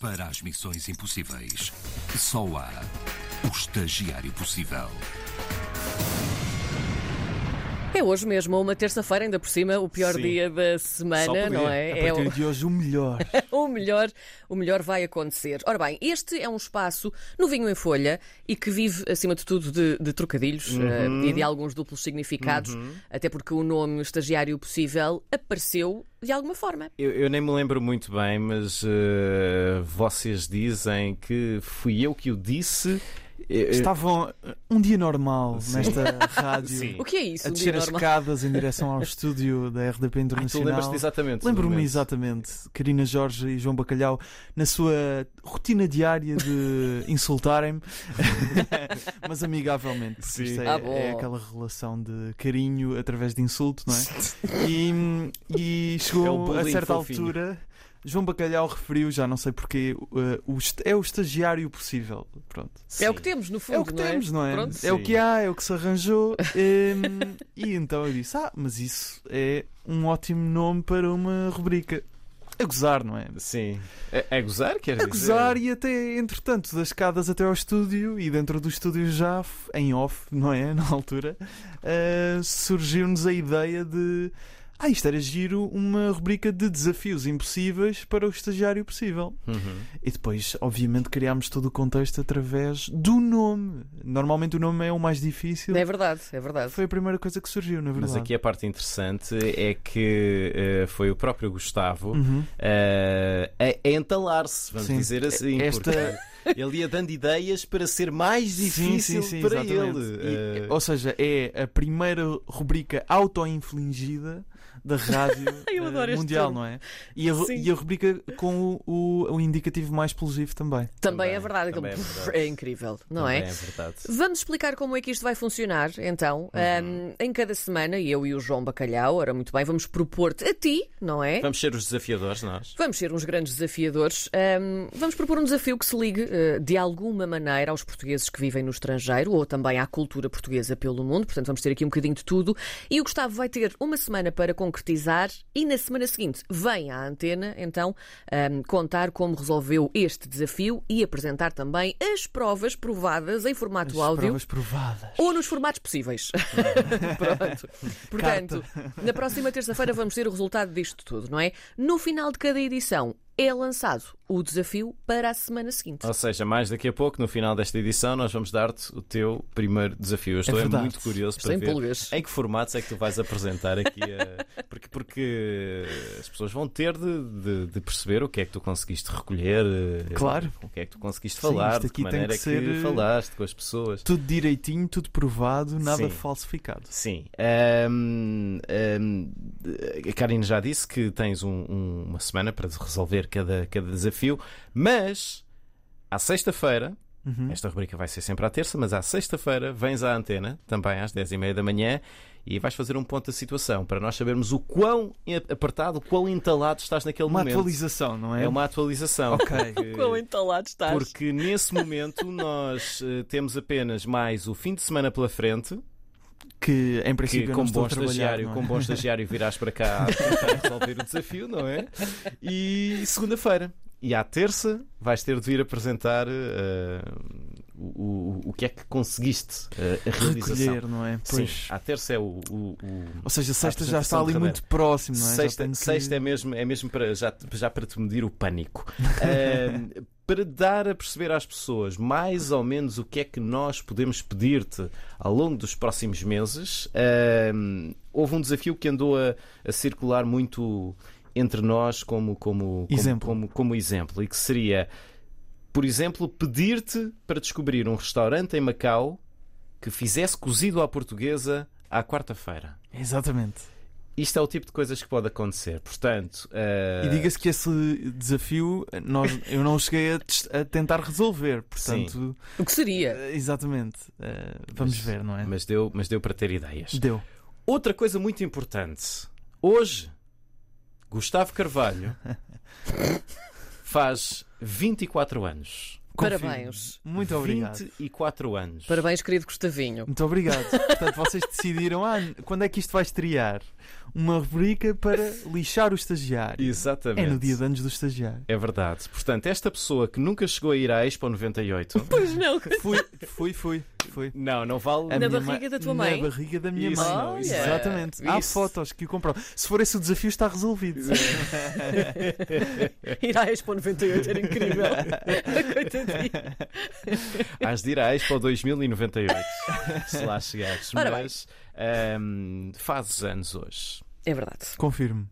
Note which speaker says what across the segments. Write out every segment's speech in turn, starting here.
Speaker 1: Para as missões impossíveis, só há o estagiário possível.
Speaker 2: É hoje mesmo, uma terça-feira, ainda por cima, o pior
Speaker 3: Sim.
Speaker 2: dia da
Speaker 3: Só
Speaker 2: semana,
Speaker 3: podia.
Speaker 2: não é?
Speaker 3: A
Speaker 2: É
Speaker 3: partir
Speaker 2: o,
Speaker 3: de hoje, o melhor.
Speaker 2: o melhor, o melhor vai acontecer. Ora bem, este é um espaço no vinho em folha e que vive, acima de tudo, de, de trocadilhos
Speaker 3: Uhum.
Speaker 2: eh, e de alguns duplos significados, até porque o nome estagiário possível apareceu de alguma forma.
Speaker 4: Eu, eu nem me lembro muito bem, mas eh, vocês dizem que fui eu que o disse. Eh,
Speaker 3: Estavam eh, um dia normal nesta rádio.
Speaker 4: Sim.
Speaker 2: O que é isso?
Speaker 3: A
Speaker 2: um
Speaker 3: descer
Speaker 2: dia
Speaker 3: as
Speaker 2: normal?
Speaker 3: escadas em direção ao estúdio da RDP
Speaker 4: Ai, tu
Speaker 3: Internacional.
Speaker 4: lembras-te exatamente. do
Speaker 3: Lembro-me
Speaker 4: momento.
Speaker 3: exatamente, Karina Jorge e João Bacalhau, na sua rotina diária de insultarem-me, mas amigavelmente. porque
Speaker 4: Sim.
Speaker 3: Isto é,
Speaker 2: Ah, bom.
Speaker 3: é aquela relação de carinho através de insulto, não é? E, e
Speaker 4: É o
Speaker 3: chegou
Speaker 4: bullying
Speaker 3: a certa
Speaker 4: fofinho.
Speaker 3: altura. João Bacalhau referiu, já não sei porquê, uh, o est- é o estagiário possível. Pronto.
Speaker 2: É o
Speaker 4: Sim.
Speaker 2: que temos, no fundo.
Speaker 3: É o que
Speaker 2: não
Speaker 3: temos, não é?
Speaker 2: Pronto.
Speaker 3: É o
Speaker 4: Sim.
Speaker 3: que há, é o que se arranjou. hum, e então eu disse: Ah, mas isso é um ótimo nome para uma rubrica. A gozar, não é?
Speaker 4: Sim. É, é gozar, quer
Speaker 3: A
Speaker 4: dizer?
Speaker 3: gozar e até, entretanto, das escadas até ao estúdio e dentro do estúdio já, f- em off, não é? Na altura, ah, surgiu-nos a ideia de. Ah, isto era giro uma rubrica de desafios impossíveis para o estagiário possível.
Speaker 4: Uhum.
Speaker 3: E depois, obviamente, criámos todo o contexto através do nome. Normalmente o nome é o mais difícil.
Speaker 2: É verdade, é verdade.
Speaker 3: Foi a primeira coisa que surgiu, na verdade.
Speaker 4: Mas aqui a parte interessante é que eh, foi o próprio Gustavo
Speaker 3: Uhum.
Speaker 4: eh, a, a entalar-se, vamos
Speaker 3: Sim. É,
Speaker 4: dizer assim.
Speaker 3: Esta-
Speaker 4: porque Ele ia dando ideias para ser mais difícil para
Speaker 3: exatamente.
Speaker 4: ele.
Speaker 3: E,
Speaker 4: Eh,
Speaker 3: ou seja, é a primeira rubrica auto-infligida da rádio
Speaker 2: Eu
Speaker 3: eh,
Speaker 2: adoro este
Speaker 3: mundial,
Speaker 2: termo.
Speaker 3: não é? E a, ru-
Speaker 2: Sim.
Speaker 3: e a rubrica com o, o- o indicativo mais explosivo também.
Speaker 2: Também,
Speaker 4: Também,
Speaker 2: é verdade.
Speaker 4: também é
Speaker 2: aquele-
Speaker 4: verdade.
Speaker 2: é incrível, não
Speaker 4: também
Speaker 2: é?
Speaker 4: É verdade.
Speaker 2: Vamos explicar como é que isto vai funcionar,
Speaker 3: Uhum.
Speaker 2: então. Um, em cada semana, eu e o João Bacalhau, ora muito bem, vamos propor-te a ti, não é?
Speaker 4: Vamos ser os desafiadores, nós.
Speaker 2: Vamos ser uns grandes desafiadores. Um, vamos propor um desafio que se ligue eh, de alguma maneira aos portugueses que vivem no estrangeiro ou também à cultura portuguesa pelo mundo. Portanto, vamos ter aqui um bocadinho de tudo. E o Gustavo vai ter uma semana para concretizar e na semana seguinte vem à antena, então, um, contar como resolveu este desafio e apresentar também as provas provadas em formato
Speaker 3: As
Speaker 2: áudio.
Speaker 3: provas provadas.
Speaker 2: Ou nos formatos possíveis. Pronto. Portanto, na próxima terça-feira vamos ter o resultado disto tudo, não é? No final de cada edição é lançado o desafio para a semana seguinte.
Speaker 4: Ou seja, mais daqui a pouco, no final desta edição, nós vamos dar-te o teu primeiro desafio. Eu Estou é
Speaker 3: verdade.
Speaker 4: muito curioso
Speaker 2: Estou
Speaker 4: para
Speaker 2: em
Speaker 4: ver
Speaker 2: pulgas.
Speaker 4: em que formatos é que tu vais apresentar aqui. a- Porque, porque as pessoas vão ter de, de- de perceber o que é que tu conseguiste recolher, eh,
Speaker 3: Claro.
Speaker 4: o que é que tu conseguiste
Speaker 3: Sim,
Speaker 4: falar,
Speaker 3: isto
Speaker 4: de
Speaker 3: aqui
Speaker 4: que
Speaker 3: tem que
Speaker 4: maneira é
Speaker 3: ser, eh,
Speaker 4: que falaste com as pessoas.
Speaker 3: Tudo direitinho, tudo provado, nada
Speaker 4: Sim.
Speaker 3: falsificado.
Speaker 4: Sim. Ahm, ahm, a Karina já disse que tens um- um- uma semana para resolver cada, cada desafio, mas à sexta-feira,
Speaker 3: Uhum.
Speaker 4: esta rubrica vai ser sempre à terça, mas à sexta-feira vens à antena, também às 10h30 da manhã, e vais fazer um ponto da situação para nós sabermos o quão apertado, o quão entalado estás naquele
Speaker 3: Uma
Speaker 4: momento.
Speaker 3: atualização, não é?
Speaker 4: É uma atualização.
Speaker 3: Ok.
Speaker 4: Porque-
Speaker 2: entalado estás?
Speaker 4: porque nesse momento nós eh, temos apenas mais o fim de semana pela frente
Speaker 3: Que em
Speaker 4: que
Speaker 3: princípio eu
Speaker 4: com
Speaker 3: não estou
Speaker 4: bom
Speaker 3: a trabalhar.
Speaker 4: estagiário,
Speaker 3: não é?
Speaker 4: com bom estagiário virás para cá tentar resolver o desafio, não é? E segunda-feira. E à terça vais ter de vir apresentar eh, o, o, o que é que conseguiste, eh, a realização.
Speaker 3: Recolher, não é?
Speaker 4: Sim,
Speaker 3: Pois.
Speaker 4: à terça é o. o- o-
Speaker 3: Ou seja, sexta
Speaker 4: A
Speaker 3: já
Speaker 4: apresentação
Speaker 3: está ali
Speaker 4: de
Speaker 3: muito próximo, não é? Já
Speaker 4: Sexta,
Speaker 3: tenho que-
Speaker 4: sexta é mesmo, é mesmo para, já, já para te medir o pânico. Eh, para dar a perceber às pessoas mais ou menos o que é que nós podemos pedir-te ao longo dos próximos meses, eh, houve um desafio que andou a, a circular muito entre nós como, como, como-
Speaker 3: Exemplo.
Speaker 4: como, como exemplo, e que seria, por exemplo, pedir-te para descobrir um restaurante em Macau que fizesse cozido à portuguesa à quarta-feira.
Speaker 3: Exatamente.
Speaker 4: Isto é o tipo de coisas que pode acontecer. Portanto, eh,
Speaker 3: E diga-se que esse desafio eh, nós, eu não cheguei a, tes- a tentar resolver, portanto,
Speaker 2: O que seria?
Speaker 3: eh, exatamente. Eh, vamos
Speaker 4: Mas-
Speaker 3: ver, não é?
Speaker 4: mas, deu, mas deu para ter ideias.
Speaker 3: Deu.
Speaker 4: Outra coisa muito importante. Hoje, Gustavo Carvalho faz 24 anos.
Speaker 3: Confirmo.
Speaker 2: Parabéns.
Speaker 3: Muito obrigado.
Speaker 4: 24 anos.
Speaker 2: Parabéns, querido Gustavinho.
Speaker 3: Muito obrigado. Portanto, vocês decidiram, ah, quando é que isto vai estrear? uma rubrica para lixar o estagiário.
Speaker 4: Exatamente.
Speaker 3: É no dia de anos do estagiário.
Speaker 4: É verdade. Portanto, esta pessoa que nunca chegou a ir à Expo 98.
Speaker 2: Pois não.
Speaker 3: Fui, fui, fui, fui.
Speaker 4: Não, não vale.
Speaker 3: A
Speaker 2: Na
Speaker 3: minha
Speaker 2: barriga
Speaker 3: ma-
Speaker 2: da tua mãe?
Speaker 3: Na barriga da minha
Speaker 4: Isso,
Speaker 3: mãe.
Speaker 2: Olha, isso.
Speaker 3: Exatamente. Há
Speaker 4: isso.
Speaker 3: fotos que o comprovam. Se for esse o desafio, está resolvido.
Speaker 2: Ir à Expo 98 era incrível. Coitadinho.
Speaker 4: Hás de ir à Expo 2098, se lá chegares.
Speaker 2: Ora bem.
Speaker 4: Mas ahm, fazes anos hoje.
Speaker 2: É verdade.
Speaker 3: Confirmo.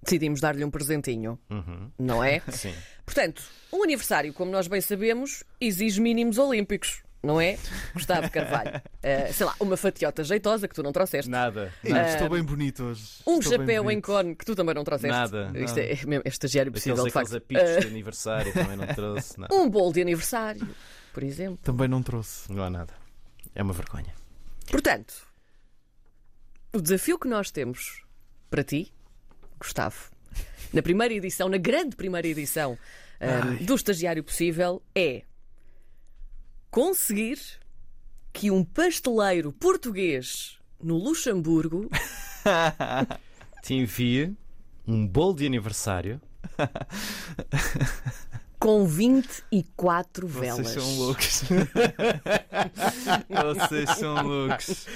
Speaker 2: Decidimos dar-lhe um presentinho,
Speaker 4: Uhum,
Speaker 2: não é?
Speaker 4: Sim.
Speaker 2: Portanto, um aniversário, como nós bem sabemos, exige mínimos olímpicos, não é? Gustavo Carvalho. Eh, sei lá, uma fatiota jeitosa que tu não trouxeste.
Speaker 4: Nada.
Speaker 3: Não, estou bem bonito hoje.
Speaker 2: É. Um
Speaker 3: Estou bem
Speaker 2: chapéu em
Speaker 3: bonito.
Speaker 2: cone que tu também não trouxeste.
Speaker 4: Nada,
Speaker 2: Isto é, é, mesmo- é estagiário
Speaker 4: Aqueles,
Speaker 2: possível, de
Speaker 4: aqueles
Speaker 2: facto.
Speaker 4: apitos de aniversário também não trouxe. Não,
Speaker 2: Eh, um bolo de aniversário, por exemplo.
Speaker 3: Também não trouxe.
Speaker 4: não há nada. É uma vergonha.
Speaker 2: Portanto, o desafio que nós temos para ti, Gustavo, na primeira edição, na grande primeira edição ahm, do Estagiário Possível, é conseguir que um pasteleiro português no Luxemburgo
Speaker 4: Te envie um bolo de aniversário.
Speaker 2: com 24 velas.
Speaker 3: Vocês são loucos. Vocês são loucos.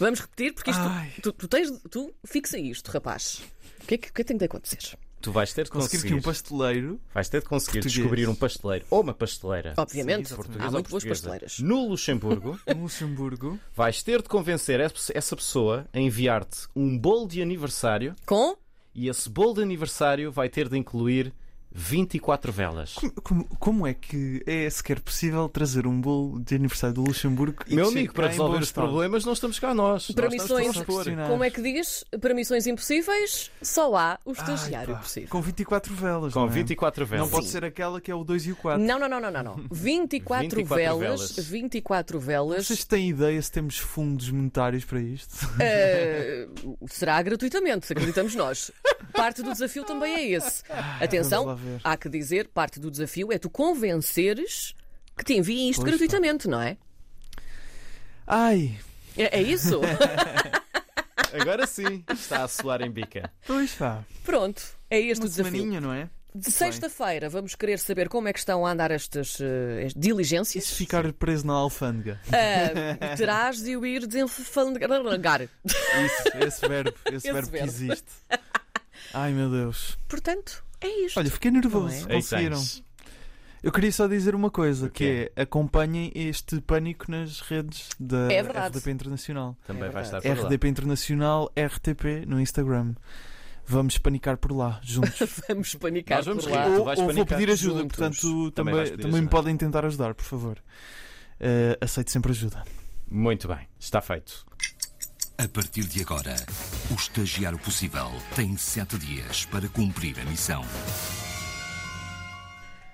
Speaker 2: Vamos repetir, porque isto,
Speaker 3: Ai.
Speaker 2: tu, tu tens. Tu fixa isto, rapaz. O que é que, o que é que tem de acontecer?
Speaker 4: Tu vais ter de
Speaker 3: Conseguir
Speaker 4: conseguir.
Speaker 3: que um pasteleiro.
Speaker 4: Vais ter de conseguir
Speaker 3: Português.
Speaker 4: descobrir um pasteleiro ou uma pasteleira.
Speaker 2: Obviamente,
Speaker 3: Sim,
Speaker 4: portuguesa
Speaker 2: há
Speaker 4: ou
Speaker 2: muito boas
Speaker 4: portuguesa,
Speaker 2: pasteleiras.
Speaker 4: No Luxemburgo,
Speaker 3: em Luxemburgo.
Speaker 4: vais ter de convencer essa essa pessoa a enviar-te um bolo de aniversário
Speaker 2: Com
Speaker 4: E esse bolo de aniversário vai ter de incluir 24 velas.
Speaker 3: Como, como é que é sequer possível trazer um bolo de aniversário do Luxemburgo? e
Speaker 4: Meu
Speaker 3: é que chegue
Speaker 4: amigo,
Speaker 3: cá
Speaker 4: para
Speaker 3: em
Speaker 4: resolver
Speaker 3: bom
Speaker 4: os
Speaker 3: estado?
Speaker 4: problemas, não estamos cá nós.
Speaker 2: Para
Speaker 4: Nós
Speaker 2: mim
Speaker 4: estamos
Speaker 2: são
Speaker 4: só a
Speaker 3: injusto.
Speaker 4: expor.
Speaker 2: Como é que diz? Para missões impossíveis, só há o estagiário
Speaker 3: Ai, pá,
Speaker 2: possível.
Speaker 3: Com 24 velas.
Speaker 4: Com
Speaker 3: não é?
Speaker 4: 24 velas.
Speaker 3: Não pode ser aquela que é o 2 e o 4.
Speaker 2: Não, não, não, não, não, não. 24,
Speaker 4: 24
Speaker 2: velas,
Speaker 4: velas.
Speaker 2: 24 velas.
Speaker 3: Vocês têm ideia se temos fundos monetários para isto?
Speaker 2: eh, será gratuitamente, se acreditamos nós. Parte do desafio também é esse. Atenção,
Speaker 3: vamos lá ver.
Speaker 2: há que dizer, parte do desafio é tu convenceres que te enviem isto
Speaker 3: Pois, pá.
Speaker 2: gratuitamente, não é?
Speaker 3: Ai,
Speaker 2: É, é isso?
Speaker 4: Agora sim, está a solar em bica.
Speaker 3: pois pá.
Speaker 2: Pronto, é este
Speaker 3: Uma
Speaker 2: o desafio.
Speaker 3: semaninha, não é?
Speaker 2: De sexta-feira vamos querer saber como é que estão a andar estas eh,
Speaker 3: E
Speaker 2: diligências.
Speaker 3: se ficar preso na alfândega?
Speaker 2: Ah, terás de o ir desenfangar.
Speaker 3: Isso, esse verbo, esse,
Speaker 2: verbo.
Speaker 3: verbo, que existe. Ai meu Deus.
Speaker 2: Portanto, é isto.
Speaker 3: Olha, fiquei nervoso.
Speaker 2: Não é?
Speaker 4: Aí
Speaker 3: Conseguiram.
Speaker 4: tens.
Speaker 3: Eu queria só dizer uma coisa,
Speaker 4: é O
Speaker 3: que é acompanhem este pânico nas redes da
Speaker 2: É verdade.
Speaker 3: RDP Internacional.
Speaker 4: Também
Speaker 2: É
Speaker 4: vai estar por lá.
Speaker 3: RDP Internacional, RTP no Instagram. Vamos panicar por lá, juntos.
Speaker 2: vamos panicar
Speaker 4: Nós vamos
Speaker 2: por lá.
Speaker 4: rir.
Speaker 3: ou
Speaker 4: vais
Speaker 3: ou vou
Speaker 4: panicar
Speaker 3: pedir ajuda,
Speaker 2: juntos.
Speaker 3: portanto,
Speaker 4: Também
Speaker 3: também,
Speaker 4: vais
Speaker 3: também,
Speaker 4: pedir
Speaker 3: me
Speaker 4: ajuda.
Speaker 3: podem tentar ajudar, por favor. Eh, aceito sempre ajuda.
Speaker 4: Muito bem, está feito.
Speaker 1: A partir de agora, o estagiário possível tem sete dias para cumprir a missão.